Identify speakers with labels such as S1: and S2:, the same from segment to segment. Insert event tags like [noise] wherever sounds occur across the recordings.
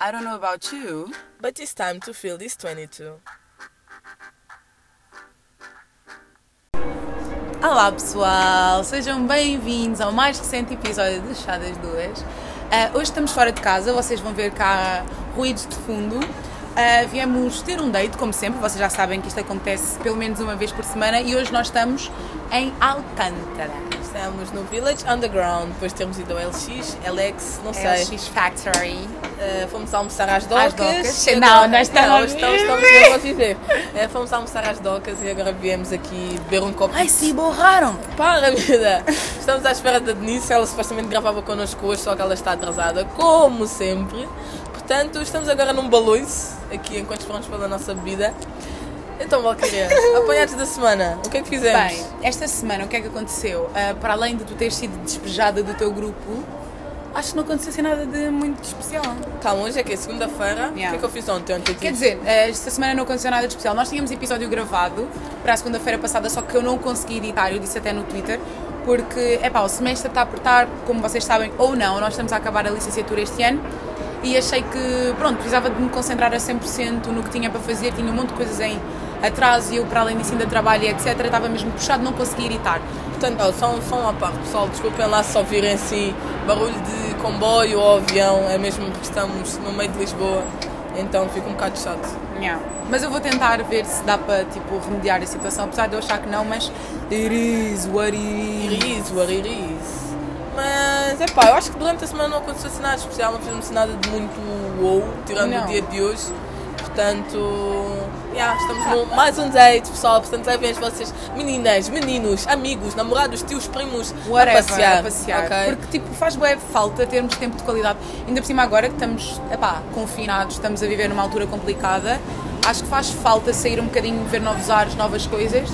S1: I don't know about you.
S2: But it's time to fill this 22.
S3: Olá pessoal, sejam bem-vindos ao mais recente episódio de Chá das Duas. Ah, hoje estamos fora de casa, vocês vão ver cá ruídos de fundo. Ah, viemos ter um date, como sempre, vocês já sabem que isto acontece pelo menos uma vez por semana e hoje nós estamos em Alcântara.
S2: Estamos no Village Underground, depois temos ido ao LX, LX, não
S1: É
S2: sei.
S3: LX Factory.
S2: Eh, fomos almoçar às docas.
S3: Às docas.
S2: e
S3: Não, nós estamos
S2: Não,
S3: a
S2: estamos, estamos
S3: viver.
S2: mesmo a viver. Eh, fomos almoçar às docas e agora viemos aqui beber um copo.
S3: Ai, se borraram!
S2: Para, vida! Estamos à espera da Denise, ela supostamente gravava connosco hoje, só que ela está atrasada, como sempre. Portanto, estamos agora num balões, aqui enquanto esperamos pela nossa bebida.
S3: [laughs]
S2: Então, Valkyria, apanhados da semana, o que é que fizemos?
S3: Bem, esta semana o que é que aconteceu? Ah, para além de tu teres sido despejada do teu grupo, acho que não aconteceu assim nada de muito especial.
S2: Calma, hoje é que é segunda-feira. O que é que eu fiz ontem? Ontem eu tive-
S3: Quer dizer, eh, esta semana não aconteceu nada de especial. Nós tínhamos episódio gravado para a segunda-feira passada, só que eu não consegui editar, eu disse até no Twitter, porque epá, o semestre está a apertar, como vocês sabem ou não, nós estamos a acabar a licenciatura este ano e achei que, pronto, precisava de me concentrar a 100% no que tinha para fazer, tinha um monte de coisas em atraso e eu, para além disso, ainda trabalho e etc. Estava mesmo puxado, não consegui editar.
S2: Portanto, ó, Então, só, um, só uma parte, pessoal, desculpem lá se ouvirem assim barulho de comboio ou avião, é mesmo porque estamos no meio de Lisboa, então fica um bocado chato.
S3: Mas eu vou tentar ver se dá para tipo, remediar a situação, apesar de eu achar que não, mas it is what it is.
S2: Iris, what it is. Mas é pá, eu acho que durante a semana não aconteceu assim nada especial, não fizemos nada de muito wow, tirando
S3: Não.
S2: o dia de hoje. Portanto, yeah, estamos
S3: Tá.
S2: no mais um date, pessoal. Portanto, levem as vossas meninas, meninos, amigos, namorados, tios, primos
S3: Whatever,
S2: a passear.
S3: a passear.
S2: ok?
S3: Porque tipo, faz boa falta termos tempo de qualidade. Ainda por cima agora que estamos epá, confinados, estamos a viver numa altura complicada, acho que faz falta sair um bocadinho, ver novos ares, novas coisas.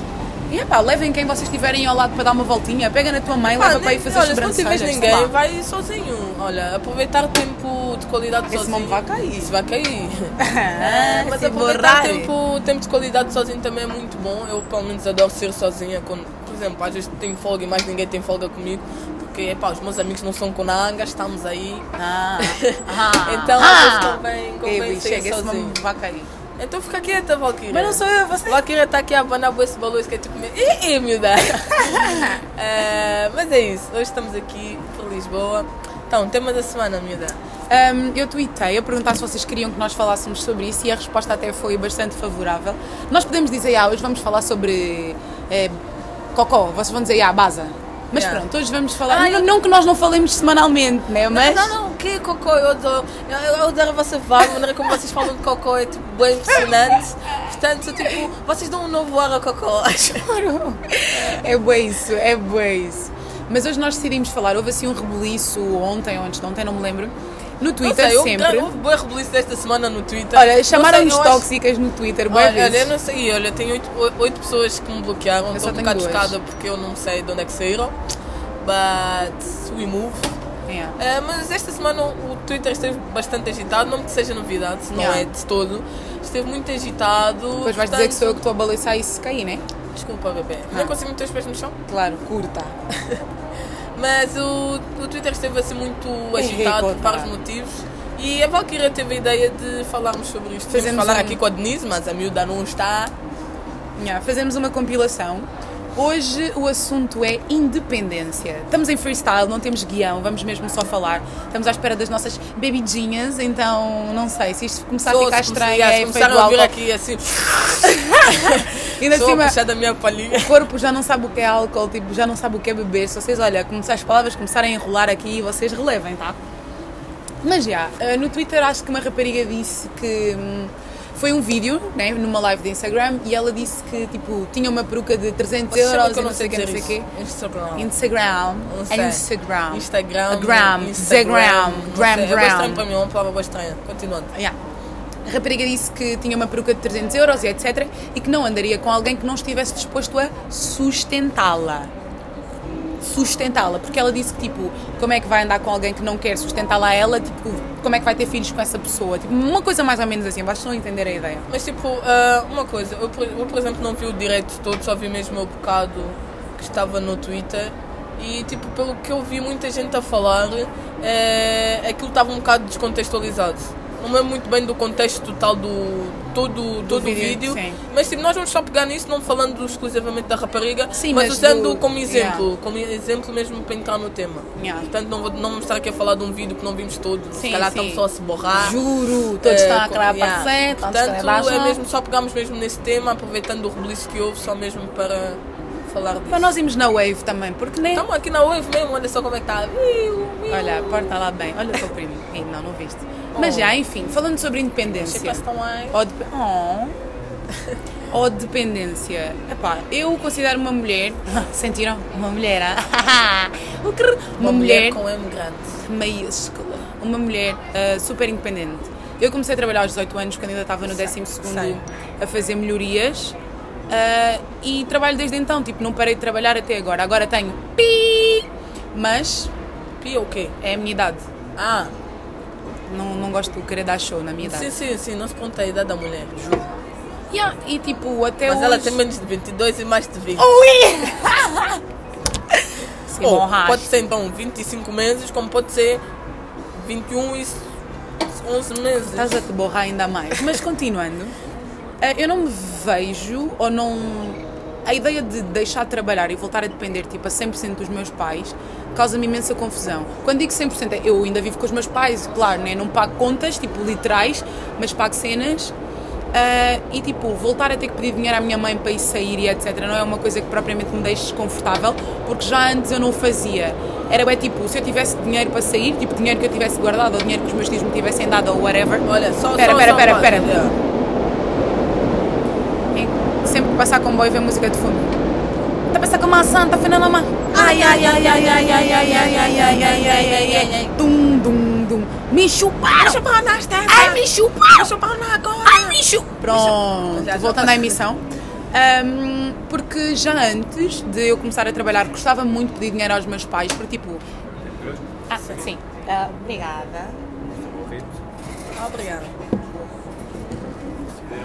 S3: E epá, levem quem vocês tiverem ao lado para dar uma voltinha, pega na tua mãe,
S2: Pá,
S3: leva para aí
S2: nem-
S3: É fazer
S2: olha, se não
S3: sobrancelhas.
S2: tiveres
S3: sei
S2: ninguém,
S3: lá.
S2: vai sozinho. Olha, aproveitar tempo de qualidade
S3: Esse
S2: sozinho. É
S3: nome vai cair.
S2: Isso vai cair.
S3: [laughs] Ah,
S2: [laughs] Mas
S3: se
S2: aproveitar
S3: borrar.
S2: tempo, tempo de qualidade sozinho também é muito bom. Eu, pelo menos, adoro ser sozinha. Quando, por exemplo, às vezes tenho folga e mais ninguém tem folga comigo. Porque, epá, os meus amigos não são com nada, estamos aí.
S3: [laughs] Ah, ah,
S2: Então, às vezes convém- convém
S3: Baby,
S2: sair
S3: chega, esse
S2: sozinho.
S3: nome vai cair.
S2: Então fica quieta, Valkyria.
S3: Mas não sou eu, você.
S2: Valkyria está tá aqui a abanar bué esse balões que é tipo... meio, Ih, ih, [laughs] miúda! Eh, mas é isso. Hoje estamos aqui por Lisboa. Então, tema da semana, miúda.
S3: Um, eu tuitei a perguntar se vocês queriam que nós falássemos sobre isso e a resposta até foi bastante favorável. Nós podemos dizer, ah, hoje vamos falar sobre eh, cocó, vocês vão dizer, ah, baza. Mas
S2: Yeah.
S3: pronto, hoje vamos falar,
S2: Ah,
S3: não,
S2: eu-
S3: não que nós não falemos semanalmente, né? Mas
S2: Não, não, que cocô, eu adoro, eu, eu adoro a vossa vibe, a maneira como vocês falam de cocô é tipo bem impressionante. Portanto, eu, tipo, vocês dão um novo ar ao cocô, acho.
S3: [laughs] é bué isso, é bué isso. Mas hoje nós decidimos falar, houve assim um rebuliço ontem ou antes de ontem, não me lembro, no
S2: Não
S3: Twitter
S2: sei, houve,
S3: sempre.
S2: houve boa rebuliço desta semana no Twitter.
S3: Olha,
S2: Não
S3: chamaram-nos
S2: sei, eu acho-
S3: tóxicas no Twitter, bué
S2: Olha, olha, eu
S3: vezes.
S2: não sei, olha, tenho oito, oi- oito pessoas que me bloquearam,
S3: Eu só
S2: estou um
S3: tenho
S2: bocado
S3: duas.
S2: chocada porque eu não sei de onde é que saíram. But we move.
S3: Yeah.
S2: Ah, mas esta semana o Twitter esteve bastante agitado, não que seja novidade, não
S3: Yeah.
S2: é de todo. Esteve muito agitado.
S3: Depois vais dizer que
S2: portanto-
S3: sou eu que estou a balançar e se cair, né?
S2: Desculpa, bebê.
S3: Ah.
S2: Não consigo meter os pés no chão.
S3: Claro, curta.
S2: Mas o, o Twitter esteve assim muito
S3: É
S2: agitado
S3: revoltado.
S2: por vários motivos. E a Valkyria teve a ideia de falarmos sobre isto. Temos de
S3: Fazemos
S2: falar
S3: um-
S2: aqui com a Denise, mas a miúda não está.
S3: Yeah, fazemos uma compilação. Hoje o assunto é independência. Estamos em freestyle, não temos guião, vamos mesmo só falar. Estamos à espera das nossas bebidinhas, então não sei se isto começar a
S2: Sou-
S3: ficar
S2: se-
S3: estranho.
S2: aliás,
S3: É efeito
S2: começaram a vir
S3: álcool. [laughs]
S2: aqui assim,
S3: Ainda
S2: sou
S3: acima,
S2: a puxar da
S3: [laughs]
S2: minha palhinha.
S3: o corpo já não sabe o que é álcool, tipo, já não sabe o que é beber. Se vocês, olha, começar as palavras começarem a enrolar aqui, vocês relevem, tá? Mas já, eh, no Twitter acho que uma rapariga disse que hum, foi um vídeo, né, numa live de Instagram, e ela disse que tipo, tinha uma peruca de 300
S2: Vocês sabem
S3: euros
S2: é que
S3: e
S2: eu
S3: não sei o que, não sei
S2: dizer
S3: o quê.
S2: isso. Instagram.
S3: Instagram.
S2: Não sei.
S3: Instagram.
S2: Instagram.
S3: Gram, Zegram,
S2: Instagram. não
S3: Gram,
S2: sei, É
S3: Gram.
S2: bem estranho para mim, é uma palavra bem estranha. Continuando.
S3: Yeah. A rapariga disse que tinha uma peruca de 300 euros e etc. E que não andaria com alguém que não estivesse disposto a sustentá-la. Sustentá-la. Porque ela disse que, tipo, como é que vai andar com alguém que não quer sustentá-la a ela? Tipo, como é que vai ter filhos com essa pessoa? Tipo, uma coisa mais ou menos assim. Vocês estão a entender a ideia.
S2: Mas tipo, ah, uma coisa, eu por, eu, por exemplo não vi o direito todo, só vi mesmo o bocado que estava no Twitter e tipo, pelo que eu vi muita gente a falar, eh, aquilo estava um bocado descontextualizado. não é muito bem do contexto total do todo, todo o
S3: vídeo,
S2: vídeo.
S3: sim.
S2: Mas tipo, nós vamos só pegar nisso, não falando exclusivamente da rapariga,
S3: Sim,
S2: mas,
S3: mas
S2: usando
S3: do-
S2: como exemplo, como exemplo mesmo para entrar no tema.
S3: Yeah.
S2: Portanto, não vou não vamos estar aqui a falar de um vídeo que não vimos todos, se
S3: Sim,
S2: calhar
S3: sim.
S2: estamos só a se borrar.
S3: Juro, todos
S2: Eh,
S3: estão a
S2: co-
S3: querer
S2: yeah.
S3: aparecer, estão a querer
S2: Portanto, é
S3: baixar.
S2: mesmo, só pegamos mesmo nesse tema, aproveitando o rebuliço que houve, só mesmo para falar disso.
S3: Para nós irmos na wave também, porque nem.
S2: Estamos aqui na Wave mesmo, olha só como é que está.
S3: Olha, a porta lá bem. Olha o teu primo. Ei, não, não viste. Mas
S2: Oh.
S3: já, enfim, falando sobre independência.
S2: Chega estão aí.
S3: Ou, de... oh. ou dependência. Epá, eu considero uma mulher. [laughs] Sentiram? Uma mulher, ah? [laughs] O crrr. uma, mulher,
S2: com M grande.
S3: maiúscula. Uma mulher ah, super independente. Eu comecei a trabalhar aos 18 anos, quando ainda estava no 12
S2: sei.
S3: a fazer melhorias. ah, e trabalho desde então, tipo, não parei de trabalhar até agora. Agora tenho pi, mas
S2: Pia o quê?
S3: é a minha idade.
S2: Ah,
S3: Não, não gosto de querer dar show na minha idade.
S2: sim, sim, sim, não se conta a idade da mulher. Juro.
S3: Yeah, e tipo, até
S2: Mas
S3: hoje... Oh,
S2: ela tem menos de 22 e mais de 20.
S3: Ui! Sim, bom, racho.
S2: Tipo, pode ser então 25 meses, como pode ser 21 e 11 meses.
S3: Estás a te borrar ainda mais. Mas continuando, eh, eu não me vejo ou não. A ideia de deixar de trabalhar e voltar a depender tipo, a 100% dos meus pais causa-me imensa confusão. Quando digo 100%, é- eu ainda vivo com os meus pais, claro, né? não pago contas, tipo, literais, mas pago cenas. Ah, e tipo, voltar a ter que pedir dinheiro à minha mãe para ir sair e etc. Não é uma coisa que propriamente me deixe desconfortável, porque já antes eu não o fazia. Era bem tipo, se eu tivesse dinheiro para sair, tipo, dinheiro que eu tivesse guardado ou dinheiro que os meus tios me tivessem dado ou whatever.
S2: Olha, só.
S3: Pera,
S2: só,
S3: pera,
S2: só
S3: pera,
S2: uma-
S3: pera.
S2: Yeah.
S3: E sempre que passar comboio vem música de fundo. Está a passar com uma santa, afinal uma.
S2: Ai, ai, ai, ai, ai, ai, ai, ai, ai, ai, ai, ai, ai, ai, ai.
S3: Dum, dum, dum. Me chuparam!
S2: Chupar na esteira.
S3: Ai, me chuparam!
S2: Chupar na agora.
S3: Ai, bicho! Pronto,
S2: Já, já
S3: voltando
S2: passou.
S3: à emissão. Ahm, porque já antes de eu começar a trabalhar, gostava muito de pedir dinheiro aos meus pais, porque tipo. Ah, sim. Ah, obrigada.
S2: Oh, Obrigada.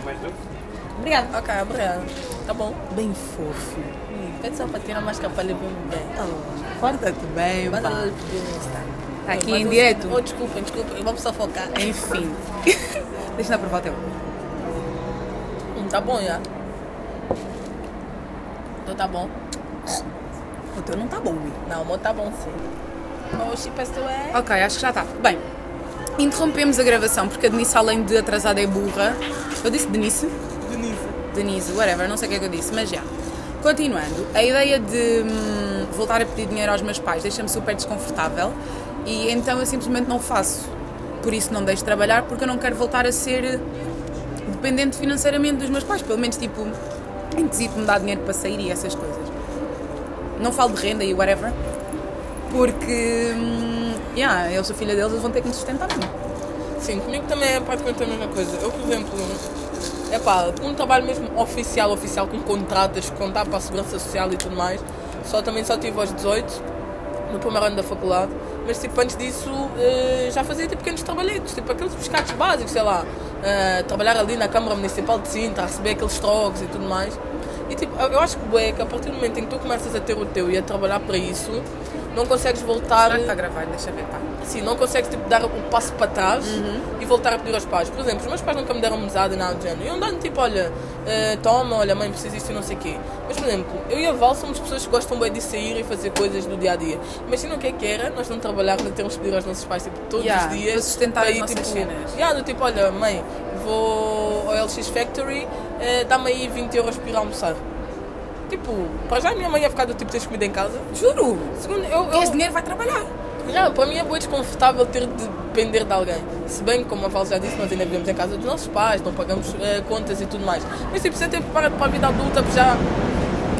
S1: mais dois?
S3: Obrigada.
S2: Ok, obrigada. Tá bom.
S3: Bem fofo.
S2: Pede só para tirar mais capa ali bem bem.
S3: Tá Porta-te bem,
S2: Mas
S3: pá.
S2: ela pediu no Instagram.
S3: Tá aqui
S2: Mas
S3: em
S2: eu-
S3: direto.
S2: Oh, desculpem, desculpem. Vamos só focar. [laughs]
S3: Enfim. [laughs] Deixa eu provar o teu.
S2: Hum, tá bom, já. Então tá bom.
S3: O teu não tá bom, Will.
S2: Não, amor, tá bom sim. O chip é...
S3: Ok, acho que já está. Bem, interrompemos a gravação porque a Denise, além de atrasada, é burra. Eu disse Denise?
S2: Denise.
S3: Denise, whatever, não sei o que é que eu disse, mas já. Continuando, a ideia de hum, voltar a pedir dinheiro aos meus pais deixa-me super desconfortável e então eu simplesmente não faço. Por isso não deixo de trabalhar porque eu não quero voltar a ser dependente financeiramente dos meus pais, pelo menos tipo, em quesito me dar dinheiro para sair e essas coisas. Não falo de renda e whatever, porque, hum, yeah, eu sou filha deles, eles vão ter que me sustentar mesmo.
S2: Sim, comigo também é praticamente a mesma coisa. Eu, por exemplo, é pá, um trabalho mesmo oficial, oficial, com contratas, contar para a segurança social e tudo mais, só também só tive aos 18, no primeiro ano da faculdade. Mas tipo, antes disso eh, já fazia tipo, pequenos trabalhitos, tipo aqueles pescados básicos, sei lá, eh, trabalhar ali na Câmara Municipal de Sintra, receber aqueles trocos e tudo mais. E tipo, eu eu acho que bué, que a partir do momento em que tu começas a ter o teu e a trabalhar para isso, não consegues voltar.
S3: Será que está a gravar? Deixa eu ver, tá.
S2: Sim, não consegues tipo, dar o passo para trás
S3: Uhum.
S2: e voltar a pedir aos pais. Por exemplo, os meus pais nunca me deram mesada nada do género. Iam dando tipo, olha, eh, toma, olha, mãe, precisa disto e não sei o quê. Mas, por exemplo, eu e a Val somos pessoas que gostam bem de sair e fazer coisas do dia a dia. Imagina o que é que era nós não trabalharmos e termos que pedir aos nossos pais tipo, todos
S3: Yeah,
S2: os dias
S3: para sustentar
S2: para
S3: as
S2: ir,
S3: nossas
S2: tipo,
S3: cenas.
S2: Yeah, do tipo, olha, mãe, vou ao LX Factory, eh, dá-me aí 20 euros para ir almoçar. Tipo, para já a minha mãe ia ficar do tipo, tens comida em casa.
S3: Juro!
S2: Segundo, eu, eu,
S3: Queres dinheiro, vai trabalhar.
S2: já, para mim é bem desconfortável ter de depender de alguém. Se bem que, como a Val já disse, nós ainda vivemos em casa dos nossos pais, não pagamos eh, contas e tudo mais. Mas tipo, você tem preparado para a vida adulta porque já.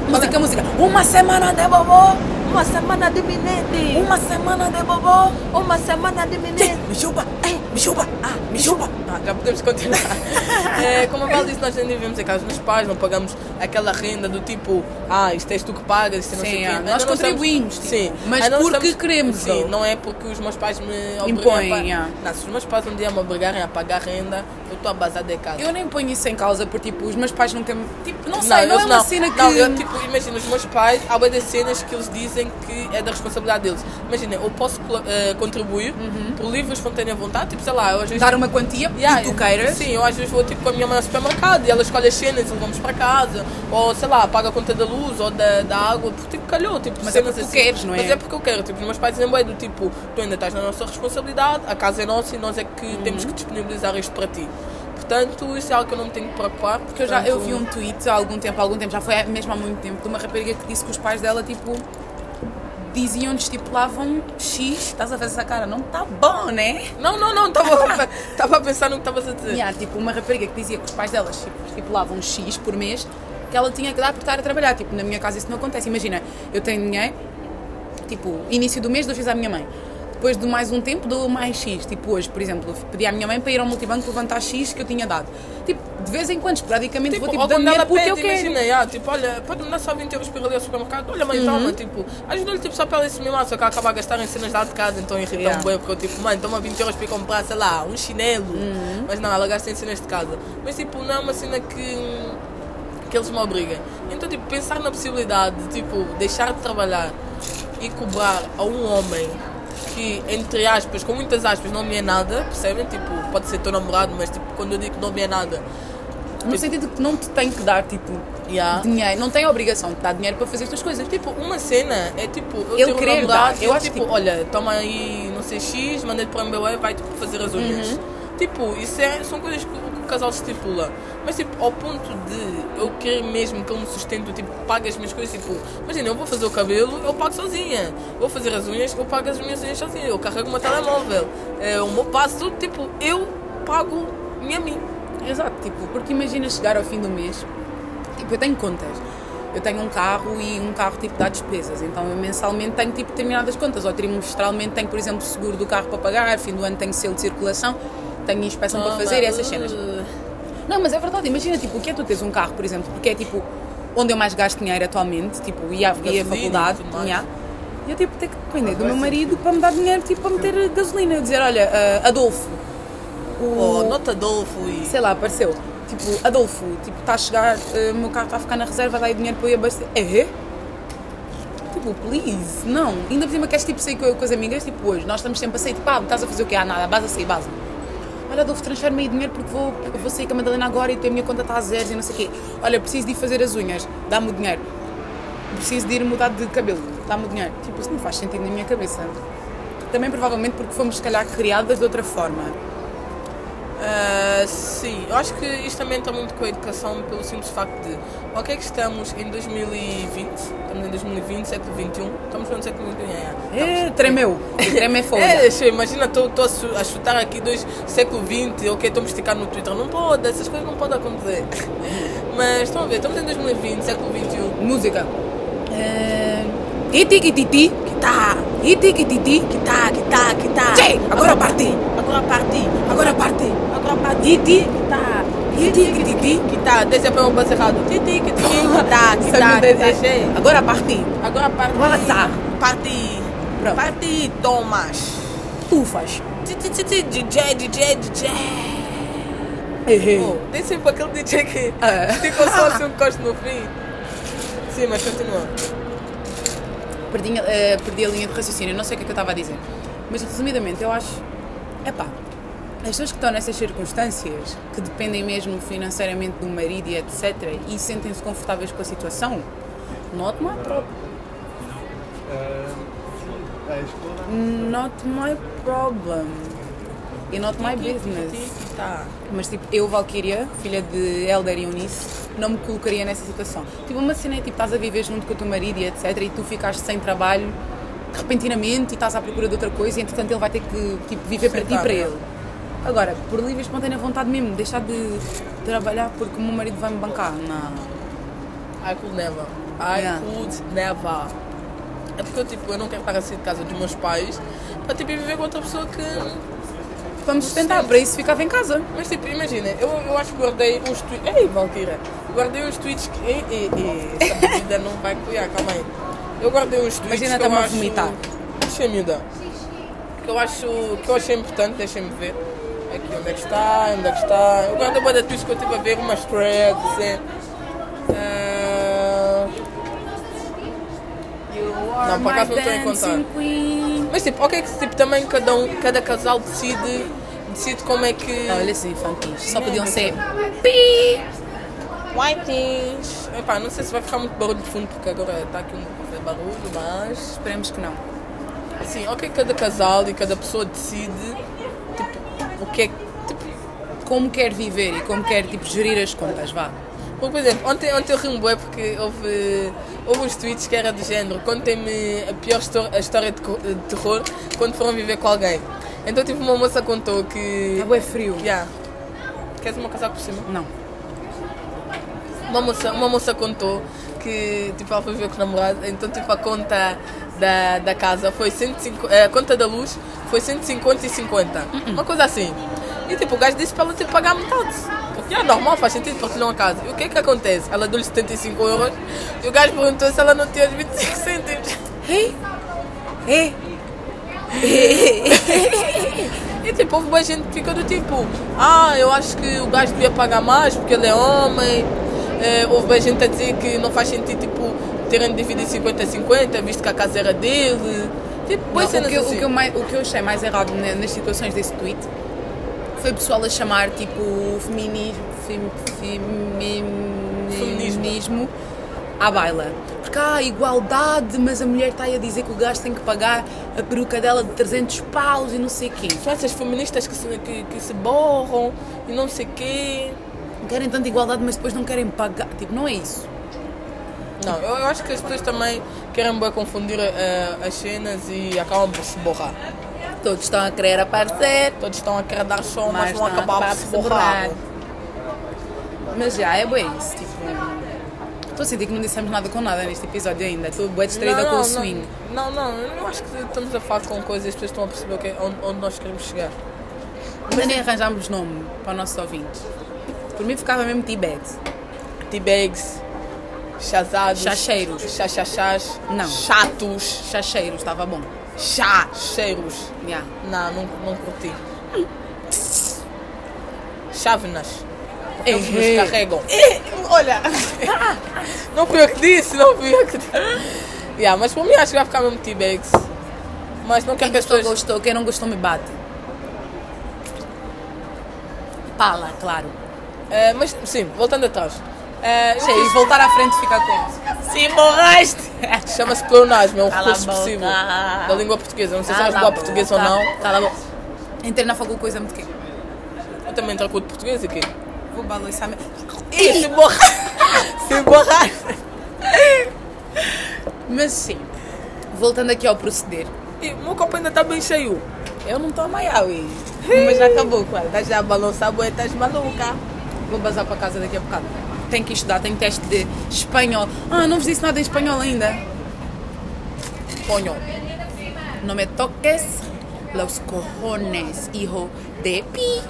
S3: Música, música. Uma semana de bobô,
S2: Uma semana de minete!
S3: uma semana de bobô.
S2: Uma semana de minete!
S3: Sim, me chupa, ei, me chupa, ah, me chupa.
S2: Ah, já podemos continuar.
S3: [laughs]
S2: É, como a Val disse, nós ainda vivemos em casa dos pais, não pagamos aquela renda do tipo, ah, isto és tu que pagas, isto é não
S3: Sim,
S2: sei
S3: ah,
S2: o quê. Ainda
S3: nós
S2: não estamos-
S3: contribuímos, tipo,
S2: sim.
S3: mas
S2: Ainda não
S3: porque queremos,
S2: Sim,
S3: ou-
S2: não é porque os meus pais me
S3: Impõem,
S2: obrigam a pa-
S3: yeah.
S2: Não, se os meus pais um dia me obrigarem a pagar renda, eu estou abasada de casa.
S3: Eu nem ponho isso em causa por tipo, os meus pais não têm. Tipo, não
S2: Não,
S3: sei, não,
S2: eu tipo,
S3: é uma cena que.
S2: Não, eu tipo, imagina, os meus pais, há bué de cenas que eles dizem em que é da responsabilidade deles. Imagina, eu posso col- eh, contribuir
S3: Uhum.
S2: por livre e espontânea vontade, tipo, sei lá, eu às vezes.
S3: Dar uma quantia
S2: Yeah,
S3: que tu queiras.
S2: Sim, eu às vezes vou tipo com a minha mãe ao supermercado e ela escolhe as cenas e levamos para casa, ou sei lá, paga a conta da luz ou da, da água, porque tipo calhou, tipo,
S3: Mas é
S2: cenas
S3: porque tu
S2: assim.
S3: queres, não é?
S2: Mas é porque eu quero, tipo, os meus pais dizem, "Bué, do tipo, tu ainda estás na nossa responsabilidade, a casa é nossa e nós é que
S3: Uhum.
S2: temos que disponibilizar isto para ti. Portanto, isso é algo que eu não me tenho que preocupar.
S3: Porque eu já eu vi um tweet há algum tempo, há algum tempo, já foi mesmo há muito tempo, de uma rapariga que disse que os pais dela, tipo, diziam-lhes, estipulavam X, estás a ver essa cara, não está bom, né?
S2: Não, não, não, [laughs] estava a pensar no que estavas a dizer.
S3: E há, tipo, uma rapariga que dizia que os pais delas tipo, estipulavam X por mês, que ela tinha que dar por estar a trabalhar. Tipo, na minha casa isso não acontece. Imagina, eu tenho dinheiro, tipo, início do mês dou X à minha mãe. Depois de mais um tempo dou mais X. Tipo, hoje, por exemplo, pedi à minha mãe para ir ao multibanco levantar X que eu tinha dado. Tipo, de vez em quando, esporadicamente,
S2: Tipo,
S3: vou tipo,
S2: ou
S3: dando
S2: quando
S3: dinheiro
S2: ela
S3: porque
S2: pede,
S3: eu quero.
S2: imagina, ah, tipo, olha, pode-me dar só 20 euros para ir ali ao supermercado? Olha, mãe, toma, tipo, ajuda-lhe tipo, só para ela se mimar, só que ela acaba a gastar em cenas lá de casa, então irrita-me
S3: Yeah.
S2: bem, porque eu, tipo, mãe, toma 20 euros para ir comprar, sei lá, um chinelo, mas não, ela gasta em cenas de casa. Mas, tipo, não é uma cena que, que eles me obriguem. Então, tipo, pensar na possibilidade de, tipo, deixar de trabalhar e cobrar a um homem que, entre aspas, com muitas aspas, não me é nada, percebem? Tipo, pode ser teu namorado, mas, tipo, quando eu digo não me é nada,
S3: No sentido que não te tem que dar, tipo,
S2: yeah.
S3: dinheiro. Não tem a obrigação de dar dinheiro para fazer as tuas coisas. Tipo,
S2: Tipo, uma cena é tipo, eu
S3: Ele
S2: tenho
S3: querer
S2: um namorado,
S3: dar,
S2: eu
S3: eu
S2: acho
S3: acho
S2: tipo,
S3: que-
S2: olha, toma aí, não sei, X, manda-te para o MBA, vai tipo, fazer as unhas. Tipo, isso é, são coisas que, o- que o casal estipula. Mas tipo, ao ponto de eu querer mesmo que ele me sustente, eu, tipo, pague as minhas coisas, tipo, imagina, eu vou fazer o cabelo, eu pago sozinha. Vou fazer as unhas, eu pago as minhas unhas sozinha. Eu carrego o meu telemóvel, é, o meu passo, tudo, tipo, eu pago minha mim.
S3: exato, tipo, porque imagina chegar ao fim do mês, tipo, eu tenho contas. Eu tenho um carro e um carro tipo dá despesas, então eu mensalmente tenho tipo determinadas contas, ou trimestralmente tenho, por exemplo, seguro do carro para pagar, fim do ano tenho selo de circulação, tenho inspeção
S2: Ah,
S3: para fazer e essas cenas. Não, mas é verdade, imagina tipo, o que é tu teres um carro, por exemplo, porque é tipo onde eu mais gasto dinheiro atualmente, tipo, e a, e
S2: Gasolina
S3: a
S2: e
S3: faculdade,
S2: tudo mais. Ah,
S3: yeah. e eu tipo, tenho que depender do meu marido para me dar dinheiro, tipo, para meter gasolina, eu dizer, olha, ah, Adolfo,
S2: Oh,
S3: o,
S2: nota Adolfo e.
S3: sei lá, apareceu, tipo, Adolfo, tipo, está a chegar, ah, o meu carro está a ficar na reserva, dá aí dinheiro para eu ir abastecer, é? Tipo, please, não, ainda por cima queres tipo sair com, com as amigas, tipo, hoje, nós estamos sempre a sair, tipo, ah, estás a fazer o quê? Ah, nada, base a sair, base olha Adolfo, transfere-me aí dinheiro porque vou, eu vou sair com a Madalena agora e a minha conta está a zeros e não sei o quê. Olha, preciso de ir fazer as unhas, dá-me o dinheiro. Preciso de ir mudar de cabelo, dá-me o dinheiro. Tipo, isso não faz sentido na minha cabeça. Também provavelmente porque fomos, se calhar, criadas de outra forma.
S2: Ah, sim, eu acho que isto também está muito com a educação pelo simples facto de ok que estamos em 2020, estamos em 2020, século XXI, estamos no século XXI. é, é.
S3: É, tremeu, treme é fogo.
S2: É, xê, imagina, estou a, su- a chutar aqui dois século XX, ok, estou a esticar no Twitter, não pode, essas coisas não podem acontecer. [laughs] Mas estão a ver, estamos em 2020, século um. XXI.
S3: Música. Eh, Itiquititi, que tá. Itiquititi, que tá, que tá, que tá. Che, agora parti.
S2: Agora parti,
S3: Agora parti.
S2: agora parti.
S3: Iti, que tá. Itiquititi,
S2: Que tá, desce a pé um passo errado. Titi, que tá, que tá, que tá, cheio.
S3: eh, Agora parti.
S2: Agora parti.
S3: Vaza.
S2: Parti.
S3: Pronto.
S2: Parti, Thomas.
S3: Tufas.
S2: Ti, ti, ti, ti, DJ, DJ, DJ.
S3: Errei.
S2: Pô, tem sempre aquele DJ que
S3: É.
S2: ficou só assim um costo no fim. Sim, mas continua.
S3: Perdi, eh, perdi a linha de raciocínio, não sei o que é que eu estava a dizer. Mas resumidamente, eu acho. Epá, as pessoas que estão nessas circunstâncias, que dependem mesmo financeiramente do marido e etc., e sentem-se confortáveis com a situação, not my problem. Not my problem. E not my business.
S2: Ti, tá.
S3: Mas tipo, eu, Valkyria, filha de Elder e Eunice, não me colocaria nessa situação. Tipo, uma cena é tipo, estás a viver junto com o teu marido e etc. E tu ficaste sem trabalho repentinamente e estás à procura de outra coisa e entretanto ele vai ter que tipo, viver para ti e para
S2: Aceitar,
S3: ele. Agora, por livre e espontânea vontade mesmo, deixar de trabalhar porque o meu marido vai me bancar. Não.
S2: I could never. I
S3: Yeah.
S2: could never. É porque eu, tipo, eu não quero estar assim de casa dos meus pais para tipo, ir viver com outra pessoa que
S3: Vamos tentar, para isso ficava em casa.
S2: Mas tipo, imagina, eu, eu acho que guardei uns tweets. Ei, Valquíria! Guardei uns tweets que. Ei, ei, ei, essa [laughs] bebida não vai cuidar, calma aí. Eu guardei uns tweets.
S3: Imagina,
S2: que eu
S3: tá-me a
S2: acho-
S3: vomitar.
S2: Deixa-me miúda. Que eu acho. que eu achei importante, deixa-me ver. Aqui, onde é que está, onde é que está. Eu guardei uma da tweets que eu estive a ver, umas threads, é. assim. Ah, Eu Não,
S1: or
S2: por
S1: my
S2: acaso não estou a
S1: dancing
S2: contar.
S1: queen.
S2: Mas tipo, ok que tipo, também cada, um, cada casal decide, decide como é que.
S3: Olha esses infantis. Só podiam ser.
S1: Pi!
S2: Whitings! Epá, não sei se vai ficar muito barulho de fundo porque agora está aqui um a fazer barulho, mas.
S3: Esperemos que não.
S2: Assim, ok que cada casal e cada pessoa decide tipo, o que é que.
S3: tipo, Como quer viver e como quer tipo, gerir as contas, vá.
S2: Porque, por exemplo, ontem, ontem eu ri bué porque houve, houve uns tweets que era do género contem-me a pior histó- a história de, co- de terror quando foram viver com alguém. Então tipo uma moça contou que...
S3: É bué frio.
S2: Yeah. Queres uma casaca por cima?
S3: Não.
S2: Uma moça, uma moça contou que tipo, ela foi viver com o namorado, então tipo, a conta da, da casa foi 150, eh, a conta da luz foi 150 e 50. Uma coisa assim. E tipo, o gajo disse para ela tipo, pagar metade. Porque é normal, faz sentido partilhar uma casa. E o que é que acontece? Ela deu-lhe 75 euros e o gajo perguntou se ela não tinha os 25 cêntimos.
S3: Ei! Ei!
S2: E tipo, houve boa gente que ficou do tipo, ah, eu acho que o gajo devia pagar mais porque ele é homem. É, houve boa gente a dizer que não faz sentido tipo, terem dividido 50-50, visto que a casa era dele. Tipo, boas
S3: Não, o,
S2: cenas
S3: que, eu-
S2: assim.
S3: o, que eu mais, o que eu achei mais errado ne- nas situações desse tweet foi o pessoal a chamar tipo o feminismo, fem- femi-
S2: Feminismo.
S3: feminismo à baila. Porque há igualdade, mas a mulher está aí a dizer que o gajo tem que pagar a peruca dela de 300 paus e não sei o quê.
S2: São essas feministas que se, que, que se borram e não sei o quê.
S3: Querem tanta igualdade, mas depois não querem pagar. Tipo, não é isso.
S2: Não, eu, eu acho que as pessoas também querem bué confundir eh, as cenas e acabam por se borrar.
S3: Todos estão a querer aparecer.
S2: Todos estão a querer dar show,
S3: Mas
S2: mas, vão
S3: não,
S2: acabar por
S3: acaba
S2: se
S3: por se
S2: borrar.
S3: borrar. Mas já, é bem isso. Tipo, estou a sentir que não dissemos nada com nada neste episódio ainda. Estou bem distraída com o swing.
S2: Não, não, eu acho que estamos a falar com coisas e as pessoas estão a perceber o que é- onde, onde nós queremos chegar.
S3: Ainda nem arranjámos nome para os nossos ouvintes. Por mim ficava mesmo Tibet.
S2: T-bags, Tipo, chazados,
S3: Chacheiros.
S2: chachachás,
S3: Não.
S2: chatos,
S3: Chacheiro, estava bom.
S2: chacheiros.
S3: Já.
S2: Não, não, não curti. Chávenas. Porque Eles
S3: [laughs] Errei.
S2: nos carregam. Olha! [laughs] não fui eu que disse, não fui eu que disse. Yeah, mas por mim acho que vai ficar mesmo T-bags. Mas não
S3: Quem
S2: quero que as
S3: gostou,
S2: pessoas.
S3: gostou. Quem não gostou, me bate. Pala, claro.
S2: Eh, mas sim, voltando atrás. Eh, eu
S3: Sim,
S2: quis-
S3: e voltar à frente fica com.
S2: Sim, morreste! Chama-se pleonasmo, é um
S3: Cala a
S2: recurso
S3: boca.
S2: expressivo da língua portuguesa. Não sei se
S3: Cala
S2: sabes falar
S3: a
S2: português ou
S3: boca.
S2: não.
S3: Cala a boca. tá Entrei na faculdade coisa muito quê?
S2: Eu também entrei com o de português aqui.
S3: Vou balançar. me-
S2: Ih, [laughs] se borrar! Se borrar!
S3: Mas sim, voltando aqui ao proceder.
S2: Ih, meu copo ainda está bem cheio.
S3: Eu não estou a maiar, ui.
S2: Mas já acabou, cara. Estás já a balançar, boa, estás maluca.
S3: Vou bazar para casa daqui a bocado. Tenho que estudar, tenho teste de espanhol. Ah, não vos disse nada em espanhol ainda. Ponho. No me toques los cojones, hijo de pi.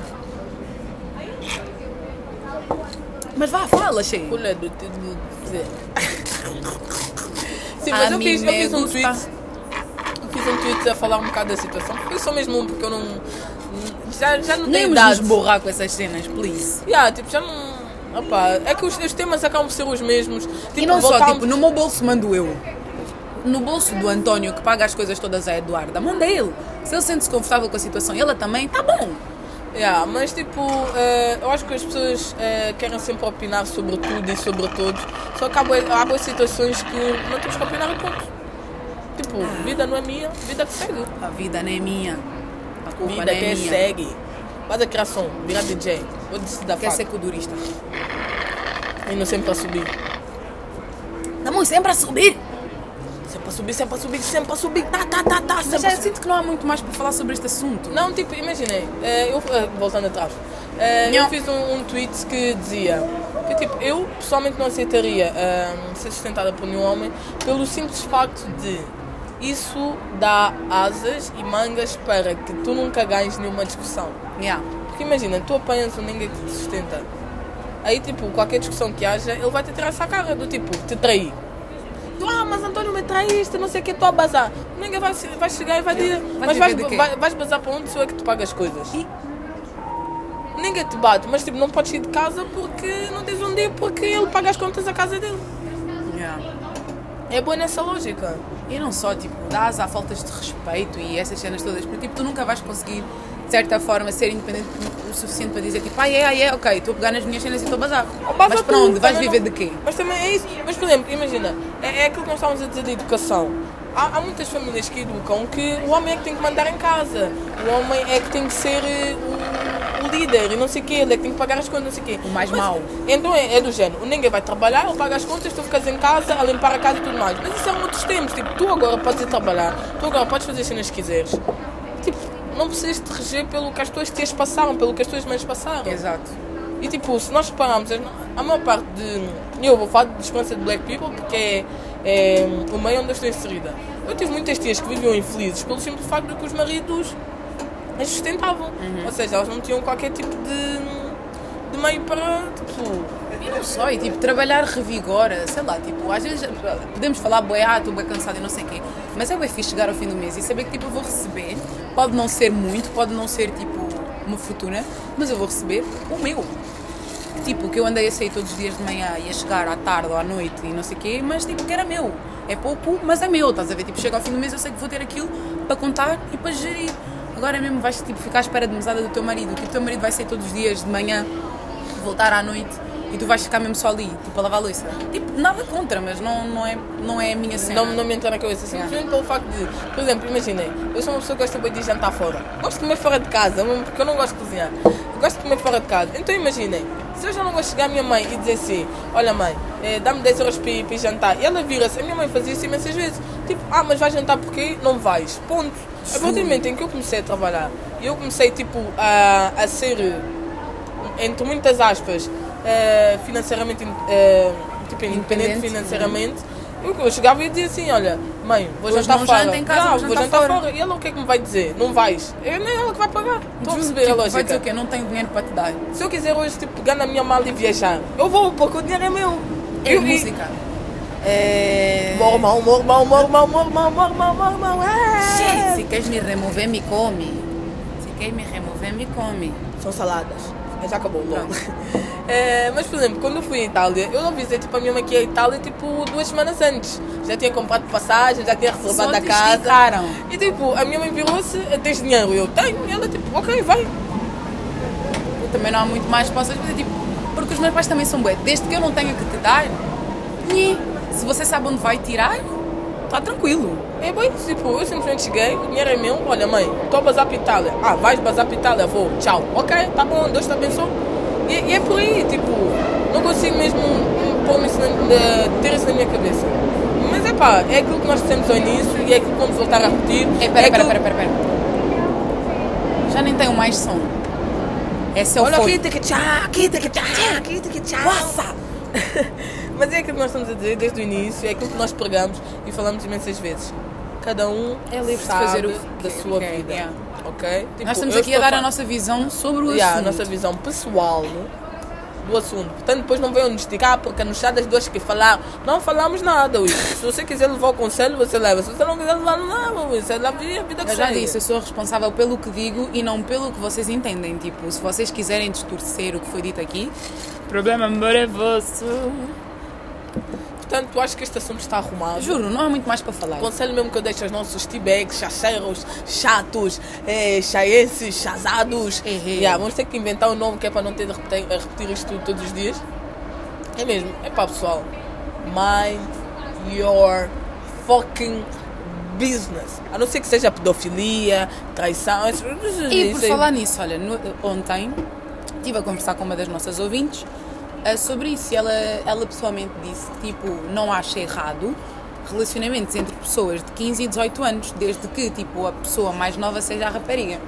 S3: Mas vá, fala, cheio.
S2: Pula do te dizer. [laughs] Sim, mas eu fiz, eu fiz um tweet. Eu fiz um tweet a falar um bocado da situação. Foi só mesmo um, porque eu não. Já, já não
S3: Nem
S2: tenho
S3: vos nos
S2: idade.
S3: borrar com essas cenas, please.
S2: Yeah, tipo, já não. Opa, é que os, os temas acabam por ser os mesmos. Tipo,
S3: e não só,
S2: voltamos-
S3: tipo, no meu bolso mando eu. No bolso do António, que paga as coisas todas a Eduarda, manda ele. Se ele sente-se confortável com a situação e ela também, tá bom.
S2: Yeah, mas tipo, eh, eu acho que as pessoas eh, querem sempre opinar sobre tudo e sobre todos. Só que há boas, há boas situações que não temos que opinar e ponto. Tipo,
S3: Ah.
S2: vida não é minha, vida que segue.
S3: A vida não é minha. A culpa
S2: Vida
S3: não é
S2: que
S3: minha.
S2: segue. Faz a criação, vira DJ. Vou desistir da
S3: Quer
S2: faca.
S3: ser codurista.
S2: E não sempre para subir.
S3: Estamos sempre a subir.
S2: Sempre para subir, sempre para subir, sempre para subir. Tá, tá, tá, tá. Sempre
S3: Mas
S2: pra
S3: já
S2: subir.
S3: sinto que não há muito mais para falar sobre este assunto.
S2: Não, tipo, imaginei, eh, eu, eh, voltando atrás, eh, eu
S3: Não.
S2: fiz um, um tweet que dizia que tipo, eu pessoalmente não aceitaria eh, ser sustentada por nenhum homem pelo simples facto de isso dá asas e mangas para que tu nunca ganhes nenhuma discussão.
S3: Yeah.
S2: Porque imagina, tu apanhas um ninguém que te sustenta. Aí, tipo, qualquer discussão que haja, ele vai te tirar essa cara do tipo, te trair. Tu, ah, mas Antônio me traíste, não sei o que, tu a bazar. O ninguém vai, se- vai chegar e vai dizer, mas
S3: dizer
S2: vais,
S3: de quê?
S2: vai- vais bazar para onde sou eu que te pago as coisas.
S3: E-
S2: Ninguém te bate, mas tipo, não podes ir de um casa porque não tens onde ir, porque ele paga as contas da casa dele.
S3: Yeah.
S2: É boa nessa lógica.
S3: E não só, tipo, dás a faltas de respeito e essas cenas todas, porque tipo, tu nunca vais conseguir, de certa forma, ser independente o suficiente para dizer tipo, ah, é, ah, é, ok, estou a pegar nas minhas cenas e estou a bazar.
S2: Passa
S3: Mas para
S2: tudo,
S3: onde? Vais
S2: também
S3: viver
S2: não-
S3: de quê?
S2: Mas também é isso. Mas, por exemplo, imagina, é, é aquilo que nós estávamos a dizer de educação. Há, há muitas famílias que educam que o homem é que tem que mandar em casa, o homem é que tem que ser eh, o, o líder e não sei o quê, ele é que tem que pagar as contas, não sei o quê.
S3: O mais
S2: Mas,
S3: mau.
S2: Então é, é do género, ninguém vai trabalhar, ele paga as contas, tu ficas em casa a limpar a casa e tudo mais. Mas isso são outros tempos, tipo, tu agora podes ir trabalhar, tu agora podes fazer as cenas que quiseres. Tipo, não precisas te reger pelo que as tuas tias passaram, pelo que as tuas mães passaram.
S3: Exato.
S2: E tipo, se nós repararmos, as- a maior parte de. Eu vou falar de experiência de black people porque é, é o meio onde eu estou inserida. Eu tive muitas tias que viviam infelizes pelo simples facto de que os maridos as sustentavam. Ou seja, elas não tinham qualquer tipo de, de meio para. Tipo,
S3: E não só, e tipo, trabalhar revigora, sei lá, tipo, às vezes podemos falar, boi, ah, estou bem cansado e não sei o quê, mas é bem fixe chegar ao fim do mês e saber que, tipo, eu vou receber, pode não ser muito, pode não ser, tipo, uma fortuna, mas eu vou receber o meu. Tipo, que eu andei a sair todos os dias de manhã e a chegar à tarde ou à noite e não sei o quê, mas, tipo, que era meu. É pouco, mas é meu, estás a ver? Tipo, chega ao fim do mês, eu sei que vou ter aquilo para contar e para gerir. Agora mesmo vais, tipo, ficar à espera de mesada do teu marido, tipo, o teu marido vai sair todos os dias de manhã voltar à noite e tu vais ficar mesmo só ali, tipo a lavar a louça. Tipo, nada contra, mas não, não, é, não é a minha cena.
S2: não, não me entra um na cabeça. Simplesmente pelo facto de. Por exemplo, imaginem, eu sou uma pessoa que gosta bem de jantar fora. Gosto de comer fora de casa, mesmo porque eu não gosto de cozinhar. Eu gosto de comer fora de casa. Então imaginem, se eu já não vou chegar à minha mãe e dizer assim: Olha, mãe, eh, dá-me 10 euros para ir para ir jantar. E ela vira-se. A minha mãe fazia isso imensas vezes. Tipo, ah, mas vais jantar porquê? Não vais. Ponto. A partir do momento em que eu comecei a trabalhar e eu comecei, tipo, a, a ser. entre muitas aspas, eh, financeiramente. in- eh, tipo, independente
S3: Independente,
S2: financeiramente. Eu eu chegava e dizia assim, olha, mãe, vou
S3: Hoje
S2: jantar
S3: não
S2: fora.
S3: janta em casa,
S2: não,
S3: vou jantar fora.
S2: E ela o que é que me vai dizer? Não vais. É nem ela que vai pagar. Estou a perceber
S3: tipo,
S2: a
S3: Vai dizer
S2: lógica.
S3: o quê? Não tenho dinheiro para te dar.
S2: Se eu quiser hoje, tipo, pegar na minha mala e viajar, eu vou, porque o dinheiro é meu.
S3: É
S2: eu,
S3: música. É.
S2: Moro mal, moro mal, moro mal, moro mal, moro mal, moro mal.
S3: Gente,
S2: É.
S3: se queres me remover, me come. Se queres me remover, me come.
S2: São saladas. Mas Já acabou, não.
S3: Pronto.
S2: [laughs] É, mas, por exemplo, quando eu fui à Itália, eu avisei tipo, a minha mãe que ia à Itália tipo, duas semanas antes. Já tinha comprado passagem, já tinha
S3: Só
S2: reservado a
S3: te
S2: casa.
S3: explicaram.
S2: E tipo, a minha mãe virou-se, tens dinheiro? Eu tenho. E ela tipo, ok, vai.
S3: Também não há muito mais que possas fazer, tipo, porque os meus pais também são bué. Desde que eu não tenha que te dar, nhe. se você sabe onde vai tirar, está tranquilo.
S2: É bem, tipo, eu simplesmente cheguei, o dinheiro é meu. Olha, mãe, estou a bazar para Itália. Ah, vais bazar para Itália, vou, tchau. Ok, tá bom, Deus te abençoe. E, e é por aí, tipo, não consigo mesmo hum, pôr isso na, na- ter isso na minha cabeça. Mas é pá, é aquilo que nós dissemos ao início e é aquilo que vamos voltar a repetir.
S3: É, pera, pera,
S2: aquilo-
S3: pera, pera, pera. Já nem tenho mais som. Esse é o
S2: Olha
S3: foi.
S2: aqui, tica tchá, aqui, tica tchá, aqui, tica tchá.
S3: Nossa!
S2: [laughs] Mas é aquilo que nós estamos a dizer desde o início, é aquilo que nós pregamos e falamos imensas vezes. Cada um
S3: É livre de
S2: sabe
S3: fazer o
S2: da
S3: que
S2: sua
S3: quer,
S2: vida.
S3: yeah.
S2: Ok? Tipo,
S3: Nós estamos
S2: eu
S3: aqui a
S2: estou
S3: dar a
S2: fa-
S3: nossa visão sobre o
S2: Yeah, a
S3: assunto.
S2: nossa visão pessoal do assunto. Portanto, depois não venham nos tirar porque nos chá das duas que falaram. Não falamos nada, Will. Se você quiser levar o conselho, você leva. Se você não quiser levar, não leva, Will. Você leva a vida que
S3: Eu já
S2: segue.
S3: disse, eu sou responsável pelo que digo e não pelo que vocês entendem. Tipo, se vocês quiserem distorcer o que foi dito aqui, problema meu é vosso.
S2: Portanto, eu acho que este assunto está arrumado.
S3: Juro, não há muito mais para falar.
S2: O conselho mesmo que eu deixo aos nossos tibex, chacheiros, chatos, eh, chaenses, chazados.
S3: Errei.
S2: Yeah, vamos ter que inventar um nome que é para não ter de repetir, a repetir isto tudo todos os dias. É mesmo, é para pessoal. Mind your fucking business. A não ser que seja pedofilia, traição. isso-
S3: E por
S2: isso aí.
S3: falar nisso, olha, no- ontem estive a conversar com uma das nossas ouvintes ah, sobre isso e ela, ela pessoalmente disse que, tipo, não acha errado relacionamentos entre pessoas de 15 e 18 anos, desde que, tipo, a pessoa mais nova seja a rapariga.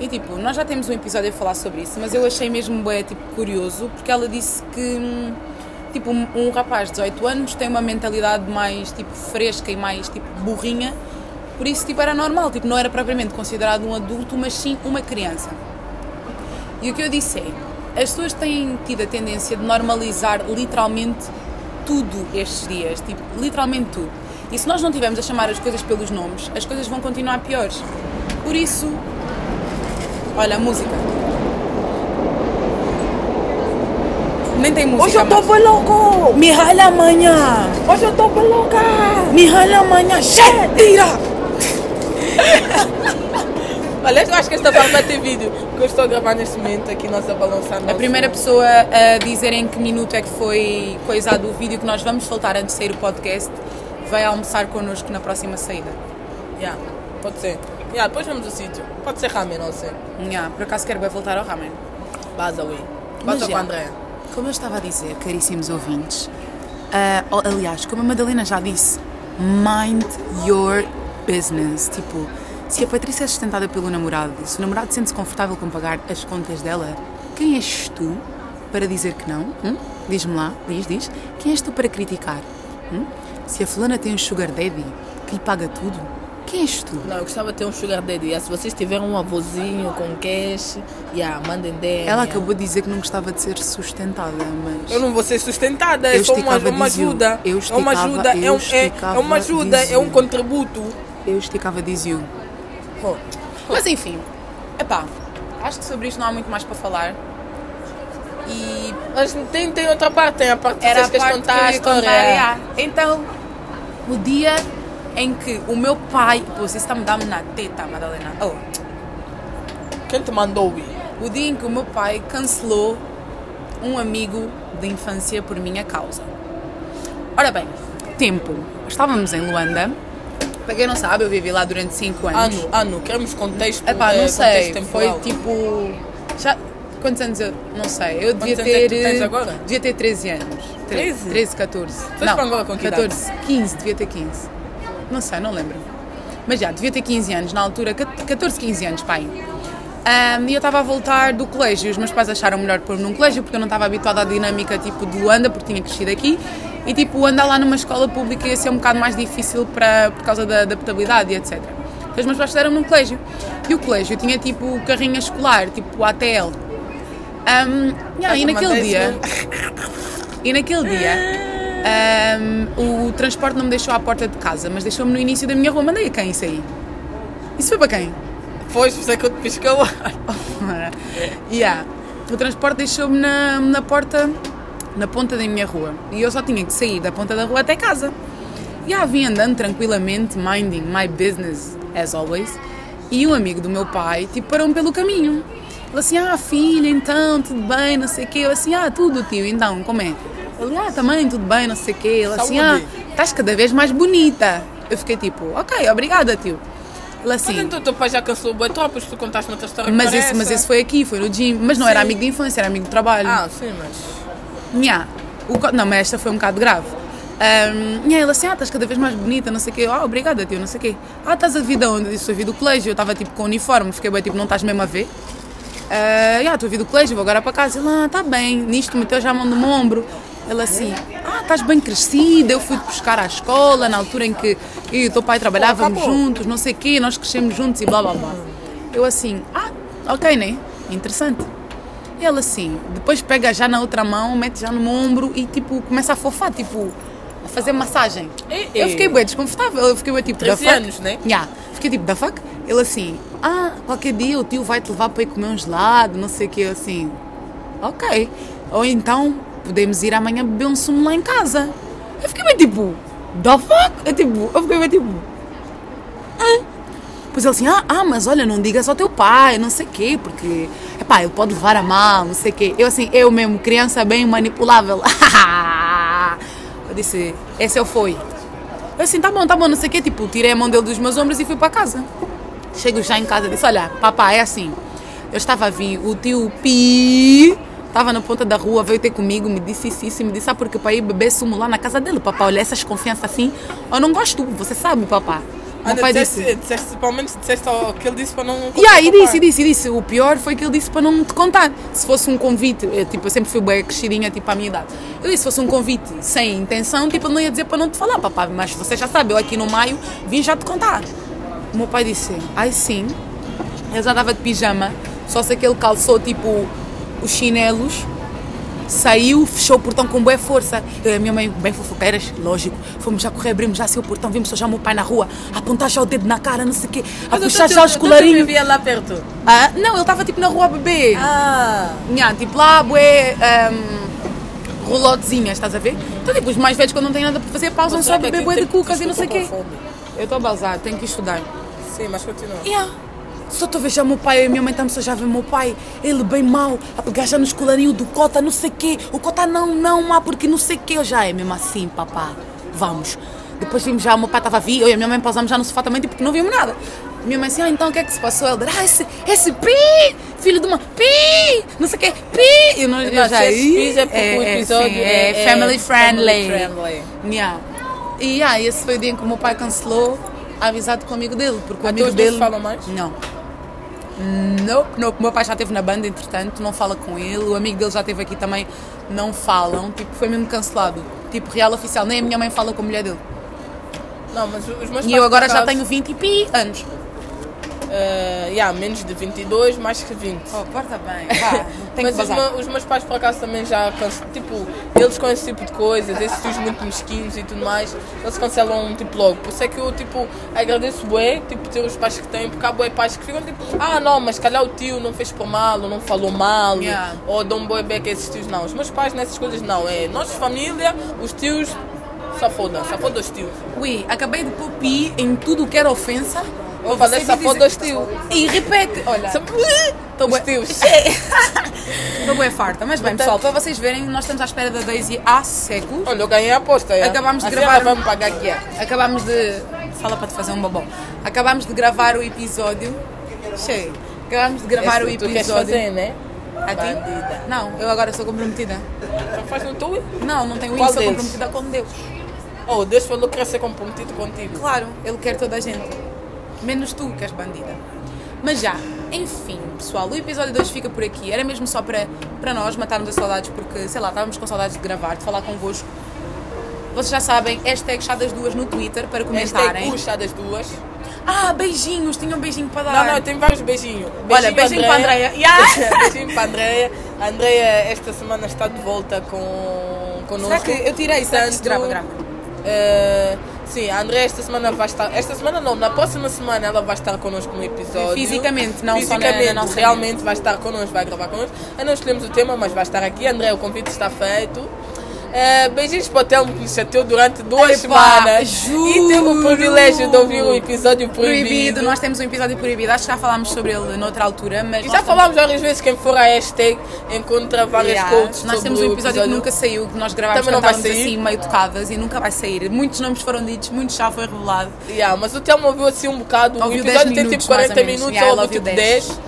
S3: E tipo, nós já temos um episódio a falar sobre isso, mas eu achei mesmo bué, tipo, curioso, porque ela disse que hum, tipo, um, um rapaz de 18 anos tem uma mentalidade mais tipo fresca e mais tipo burrinha. Por isso tipo era normal, tipo, não era propriamente considerado um adulto, mas sim uma criança. E o que eu disse é, as pessoas têm tido a tendência de normalizar literalmente tudo estes dias, tipo, literalmente tudo. E se nós não tivermos a chamar as coisas pelos nomes, as coisas vão continuar piores. Por isso, olha a música. nem tem música.
S1: Hoje eu tô
S3: mas-
S1: bem louco!
S3: Me ralha amanhã!
S1: Hoje eu tô bem louca!
S3: Me ralha amanhã! Che, tira!
S2: Olha, eu acho que esta parte vai ter vídeo, porque eu estou a gravar neste momento aqui nós a balançar
S3: A primeira pessoa a dizer em que minuto é que foi coisado o vídeo que nós vamos soltar antes de sair o podcast vai almoçar connosco na próxima saída.
S2: Yeah, pode ser. Yeah, depois vamos ao sítio. Pode ser ramen, não sei.
S3: Nha, por acaso quero bem voltar ao ramen.
S2: Baza, ui.
S3: Mas
S2: Baza com
S3: já.
S2: a Andréa.
S3: Como eu estava a dizer, caríssimos ouvintes, ah, oh, aliás, como a Madalena já disse, mind your business. Tipo, se a Patrícia é sustentada pelo namorado, se o namorado sente-se confortável com pagar as contas dela, quem és tu para dizer que não? Hum? Diz-me lá, diz, diz. Quem és tu para criticar? Hum? Se a fulana tem um sugar daddy que lhe paga tudo, quem és tu?
S2: Não, eu gostava de ter um sugar daddy. Yeah, se vocês tiverem um avôzinho com cash, yeah, mandem 10.
S3: Ela acabou de dizer que não gostava de ser sustentada, mas...
S2: Eu não vou ser sustentada,
S3: Eu
S2: é só uma,
S3: esticava
S2: uma
S3: desvio.
S2: ajuda.
S3: Eu
S2: é uma
S3: esticava-
S2: ajuda, é,
S3: eu
S2: um, é- é,
S3: esticava
S2: uma ajuda, é um
S3: desvio.
S2: contributo.
S3: Eu esticava dizio.
S2: Oh,
S3: Mas enfim, epá, acho que sobre isto não há muito mais para falar. E
S2: Mas tem, tem outra parte, tem a parte que
S3: era a
S2: vocês querem
S3: parte que eu
S2: contar a
S3: ia contar.
S2: história.
S3: yeah. Então, o dia em que o meu pai. Pô, você está me dando na teta, Madalena. Oh,
S2: Quem te mandou ir?
S3: o dia em que o meu pai cancelou um amigo de infância por minha causa. Ora bem, tempo. Estávamos em Luanda. Para quem não sabe, eu vivi lá durante 5 anos.
S2: Ano, ano, queremos contexto.
S3: Epá,
S2: eh,
S3: não
S2: contexto
S3: sei, foi
S2: temporal.
S3: tipo. Já, quantos anos eu. Não sei, eu devia
S2: anos é
S3: ter.
S2: que tu tens
S3: eh,
S2: agora?
S3: Devia ter 13 anos. Tre-
S2: 13?
S3: 13, 14.
S2: Foste para Angola com que idade?
S3: 14, 15, devia ter 15. Não sei, não lembro. Mas já, devia ter 15 anos, na altura, cat- 14, 15 anos, pai. Ahm, e eu estava a voltar do colégio, os meus pais acharam melhor pôr-me num colégio porque eu não estava habituada à dinâmica tipo de Luanda, porque tinha crescido aqui. E tipo, andar lá numa escola pública ia ser um bocado mais difícil para, por causa da adaptabilidade e etc. Então os meus pais deram num colégio. E o colégio tinha tipo carrinho escolar, tipo ATL. Ahm, yeah, e naquele
S2: Essa mandei-se
S3: dia.
S2: no-
S3: E naquele dia, ahm, o transporte não me deixou à porta de casa, mas deixou-me no início da minha rua. Mandei a quem isso aí? Isso foi para quem?
S2: Pois, por isso é que eu te pisquei o ar.
S3: [laughs] yeah. O transporte deixou-me na, na porta, na ponta da minha rua. E eu só tinha que sair da ponta da rua até casa. E yeah, vim andando tranquilamente, minding my business, as always. E um amigo do meu pai, tipo, parou-me pelo caminho. Ele assim, ah, filha, então, tudo bem, não sei o quê. Eu assim, ah, tudo, tio, então, como é? Ele, ah, também, tudo bem, não sei o quê. Ele assim, ah,
S2: Saúde.
S3: estás cada vez mais bonita. Eu fiquei tipo, ok, obrigada, tio. Ele assim...
S2: Mas Então, o teu pai já cansou o boi tropas, tu contaste noutra história que
S3: Mas
S2: era
S3: esse, mas
S2: essa.
S3: esse foi aqui, foi no gym. Mas não era
S2: é. Sim.
S3: amigo de infância, era amigo de trabalho.
S2: Ah, sim, mas.
S3: Nhá. O co- não, mas esta foi um bocado grave. Ahm, nhá, ele assim, ah, estás cada vez mais bonita, não sei o quê. Ah, obrigada, tio, não sei o quê. Ah, estás a vir de onde? Eu disse, eu vi do colégio. Eu estava tipo com uniforme, fiquei bem tipo, não estás mesmo a ver? Ah, yeah, estou a vir do colégio, vou agora para casa. Ele, ah, está bem. Nisto meteu já a mão no meu ombro. Ele assim, ah, estás bem crescida, eu fui-te buscar à escola, na altura em que eu e o teu pai trabalhávamos
S2: acabou.
S3: juntos, não sei o quê, nós crescemos juntos e blá, blá, blá. Eu assim, ah, ok, né? Interessante. E ela assim, depois pega já na outra mão, mete já no meu ombro e tipo, começa a fofar, tipo, a fazer massagem.
S2: Ei,
S3: eu
S2: ei.
S3: fiquei bem desconfortável, eu fiquei bem tipo, da
S2: 13
S3: fuck?
S2: anos, né?
S3: Yeah. Fiquei tipo, da fuck? Ele assim, ah, qualquer dia o tio vai te levar para ir comer um gelado, não sei o que, eu assim, ok. Ou então, podemos ir amanhã beber um sumo lá em casa. Eu fiquei bem tipo, da fuck? Eu tipo, eu fiquei bem tipo, Pois ele assim, ah, ah, mas olha, não digas ao teu pai, não sei o quê, porque, epá, ele pode levar a mal, não sei o quê. Eu assim, eu mesmo, criança bem manipulável. [laughs] eu disse, esse eu fui. Eu assim, tá bom, tá bom, não sei o quê, tipo, tirei a mão dele dos meus ombros e fui para casa. Chego já em casa, disse, olha, papá, é assim, eu estava a vir, o tio Pi... Estava na ponta da rua, veio ter comigo, me disse isso, isso, e me disse, ah, porque para ir beber sumo lá na casa dele, papá, olha, essas confianças assim, eu não gosto, você sabe, papá. Meu
S2: Ana,
S3: pai
S2: disseste,
S3: disse,
S2: disseste- pelo menos disseste ao- o que ele disse para não.
S3: e aí
S2: contar
S3: disse,
S2: ao pai.
S3: e disse, e disse. O pior foi que ele disse para não te contar. Se fosse um convite, eu, tipo, eu sempre fui bem crescidinha, tipo, à minha idade. Eu disse, se fosse um convite sem intenção, tipo, eu não ia dizer para não te falar, papá. Mas você já sabe, eu aqui no maio vim já te contar. O meu pai disse, ai sim. Eu já estava de pijama, só se aquele calçou, tipo, os chinelos. Saiu, fechou o portão com boa força. Eu e a minha mãe, bem fofoqueiras, lógico. Fomos já correr, abrimos já assim o portão, vimos só já o meu pai na rua, a apontar já o dedo na cara, não sei o quê, a
S2: Mas o
S3: puxar
S2: teu-
S3: já os
S2: teu-
S3: colarinhos.
S2: teu tio vivia lá perto.
S3: Ah, não, ele estava tipo na rua bebê.
S2: Ah,
S3: Nhá, tipo lá, bué, ahm, rolotezinhas, estás a ver? Então, tipo, os mais velhos, quando não têm nada para fazer, pausam só para beber bué
S2: Tipo,
S3: de cucas e não sei o quê. Eu estou a balzar, tenho que estudar.
S2: Sim, mas continua.
S3: Yeah. Só estou a ver já o meu pai, eu e a minha mãe estamos só já a ver o meu pai, ele bem mau, a pegar já nos colarinhos do Cota, não sei quê. O Cota não, não, má, porque não sei quê. Eu já é mesmo assim, papá. Vamos. Depois vimos já, o meu pai estava a vir, eu e a minha mãe pausámos já no sofá também, tipo, porque não vimos nada. Minha mãe assim, ah, então o que é que se passou? Ela, ah, esse, esse pi, filho de uma pi, não sei o quê, pi. Eu não, eu
S2: Não,
S3: já,
S2: se esse pi já é porque o
S3: é,
S2: episódio
S3: sim,
S2: é-
S3: é
S2: é
S3: family friendly.
S2: family friendly.
S3: Yeah. E ah, esse foi o dia em que o meu pai cancelou a amizade com o amigo dele, porque o amigo
S2: os dois
S3: dele.
S2: falam mais?
S3: Não. Não, não. Meu pai já esteve na banda, entretanto, não fala com ele. O amigo dele já esteve aqui também, não falam. Tipo, foi mesmo cancelado. Tipo, real oficial. Nem a minha mãe fala com a mulher dele.
S2: Não, mas os meus pais,
S3: E eu
S2: por
S3: agora já
S2: acaso,
S3: tenho 20 e pi anos.
S2: eh, yeah, menos de 22, mais que 20.
S3: Oh, porta bem. [laughs]
S2: [laughs]
S3: Vá, tenho
S2: Mas
S3: que
S2: os,
S3: bazar.
S2: me- os meus pais, por acaso, também já cancelam. Tipo, eles com esse tipo de coisas, esses tios muito mesquinhos e tudo mais, eles cancelam tipo logo. Por isso é que eu, tipo, agradeço bué, tipo, ter os pais que têm, porque há bué pais que ficam tipo, ah, não, mas calhar o tio não fez por mal, ou não falou mal,
S3: Yeah.
S2: ou dão bué beca a esses tios, não. Os meus pais nessas coisas não. É nós, família, os tios, só foda, só foda os tios.
S3: Ui, acabei de pôr pi em tudo o que era ofensa.
S2: Vou fazer
S3: Você
S2: só
S3: me dizer-
S2: foda os tios.
S3: E repete, olha. [laughs]
S2: Estão os tios.
S3: Estou bem farta, mas
S2: Então-
S3: bem pessoal, para vocês verem, nós estamos à espera da Daisy há séculos.
S2: Olha, eu ganhei a aposta. é.
S3: Acabámos de
S2: Assim
S3: gravar
S2: Ela vai
S3: um-
S2: me pagar aqui. é.
S3: Acabámos de. Fala para te fazer um bobão. Acabámos de gravar o episódio. Cheio. Acabámos de gravar
S2: Esse
S3: o
S2: tu queres
S3: episódio.
S2: fazer, né?
S3: A ti?
S2: Bandida.
S3: Não, eu agora sou comprometida.
S2: Então faz no teu.
S3: Não, não tenho
S2: Qual
S3: isso, sou
S2: deles?
S3: comprometida com Deus.
S2: Oh, Deus falou que quer ser comprometido contigo.
S3: Claro, ele quer toda a gente. Menos tu, que és bandida. Mas já, enfim, pessoal, o episódio 2 fica por aqui. Era mesmo só para, para nós matarmos as saudades, porque, sei lá, estávamos com saudades de gravar, de falar convosco. Vocês já sabem, hashtag chá das duas no Twitter para
S2: Esta é
S3: comentarem.
S2: puxa das duas.
S3: Ah, beijinhos, tinha um beijinho para
S2: Não,
S3: dar.
S2: não, tem vários beijinhos.
S3: Olha, beijinho para a Andrea. [laughs]
S2: [laughs]
S3: Yeah.
S2: beijinho para a Andrea. A Andrea esta semana está de volta com conosco.
S3: Será que eu tirei? Será que se grava,
S2: Portanto,
S3: grava?
S2: eh, sim, a Andrea esta semana vai estar. Esta semana não, na próxima semana ela vai estar connosco no episódio.
S3: Fisicamente, não só na- na
S2: Fisicamente,
S3: nossa
S2: realmente vai estar connosco, vai gravar connosco. Ainda não escolhemos o tema, mas vai estar aqui. André, o convite está feito. Eh, beijinhos para o Telmo que me chateou durante duas
S3: Epá,
S2: semanas. E teve
S3: juro.
S2: o privilégio de ouvir um episódio proibido.
S3: Proibido, nós temos um episódio proibido. Acho que já falámos sobre ele noutra altura, mas.
S2: E
S3: nós
S2: já
S3: temos-
S2: falámos várias vezes, quem for a hashtag encontra várias
S3: Yeah,
S2: quotes.
S3: Nós
S2: sobre
S3: temos um
S2: o
S3: episódio que nunca saiu, que nós gravámos
S2: Também
S3: quando
S2: não vai
S3: estávamos
S2: sair.
S3: assim meio tocadas e nunca vai sair. Muitos nomes foram ditos, muito chá foi revelado.
S2: Yeah, mas o Telmo ouviu assim um bocado.
S3: Ouviu
S2: o episódio
S3: 10
S2: tem
S3: minutos,
S2: tipo 40
S3: mais ou menos.
S2: minutos,
S3: Yeah,
S2: ou
S3: ela
S2: ouviu tipo
S3: ouviu 10.
S2: 10.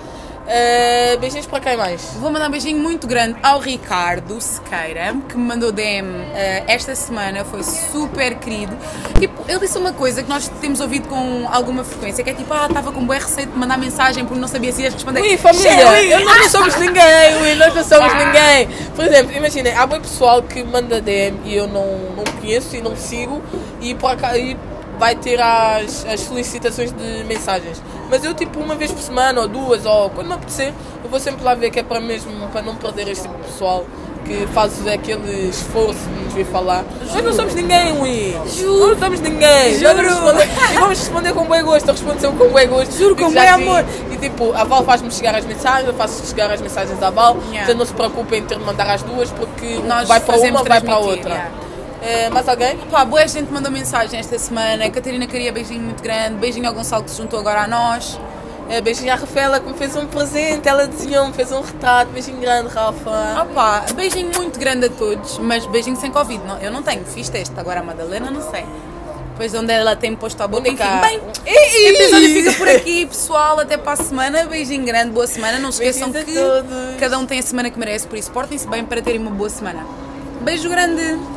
S2: Eh, beijinhos para quem mais?
S3: Vou mandar um beijinho muito grande ao Ricardo Sequeira, que me mandou DM eh, esta semana, foi super querido. Tipo, ele disse uma coisa que nós temos ouvido com alguma frequência, que é tipo, ah, estava com boa receita de mandar mensagem porque não sabia se ias responder. ah,
S2: Ui, família,
S3: Cheio, ui.
S2: eu- nós não somos ninguém, ui, nós não somos
S3: Ah.
S2: ninguém. Por exemplo, imaginem, há bem pessoal que manda DM e eu não, não conheço e não sigo e, por aca- e vai ter as, as solicitações de mensagens. Mas eu, tipo, uma vez por semana ou duas, ou quando me apetecer, eu vou sempre lá ver que é para mesmo, para não perder este tipo de pessoal que faz aquele esforço de nos vir falar. Nós não somos ninguém, ui.
S3: Juro.
S2: Nós não somos ninguém. Nós vamos
S3: Juro.
S2: responder- E vamos responder com bom gosto, eu respondo sempre com bom gosto.
S3: Juro, com
S2: Digo já
S3: bué
S2: assim,
S3: amor.
S2: [laughs] e tipo, a Val faz-me chegar as mensagens, eu faço chegar as mensagens à Val.
S3: Yeah.
S2: Então não se preocupem em ter de mandar as duas, porque um
S3: Nós
S2: vai para
S3: fazemos
S2: uma, vai para a
S3: transmitir,
S2: outra.
S3: yeah.
S2: É, mais alguém?
S3: Pá, boa gente mandou mensagem esta semana. A Catarina queria beijinho muito grande, beijinho ao Gonçalo que se juntou agora a nós.
S2: É, beijinho à Rafaela que me fez um presente, ela desenhou, me fez um retrato. Beijinho grande, Rafa.
S3: Opa, beijinho muito grande a todos, mas beijinho sem Covid. Não, eu não tenho, fiz teste. Agora a Madalena, não sei. Pois onde ela tem posto a boca, enfim.
S2: Única.
S3: Bem, o episódio fica por aqui, pessoal. Até para a semana. Beijinho grande, boa semana. Não se esqueçam
S2: Beijinhos a
S3: que
S2: todos.
S3: cada um tem a semana que merece, por isso portem-se bem para terem uma boa semana. Beijo grande!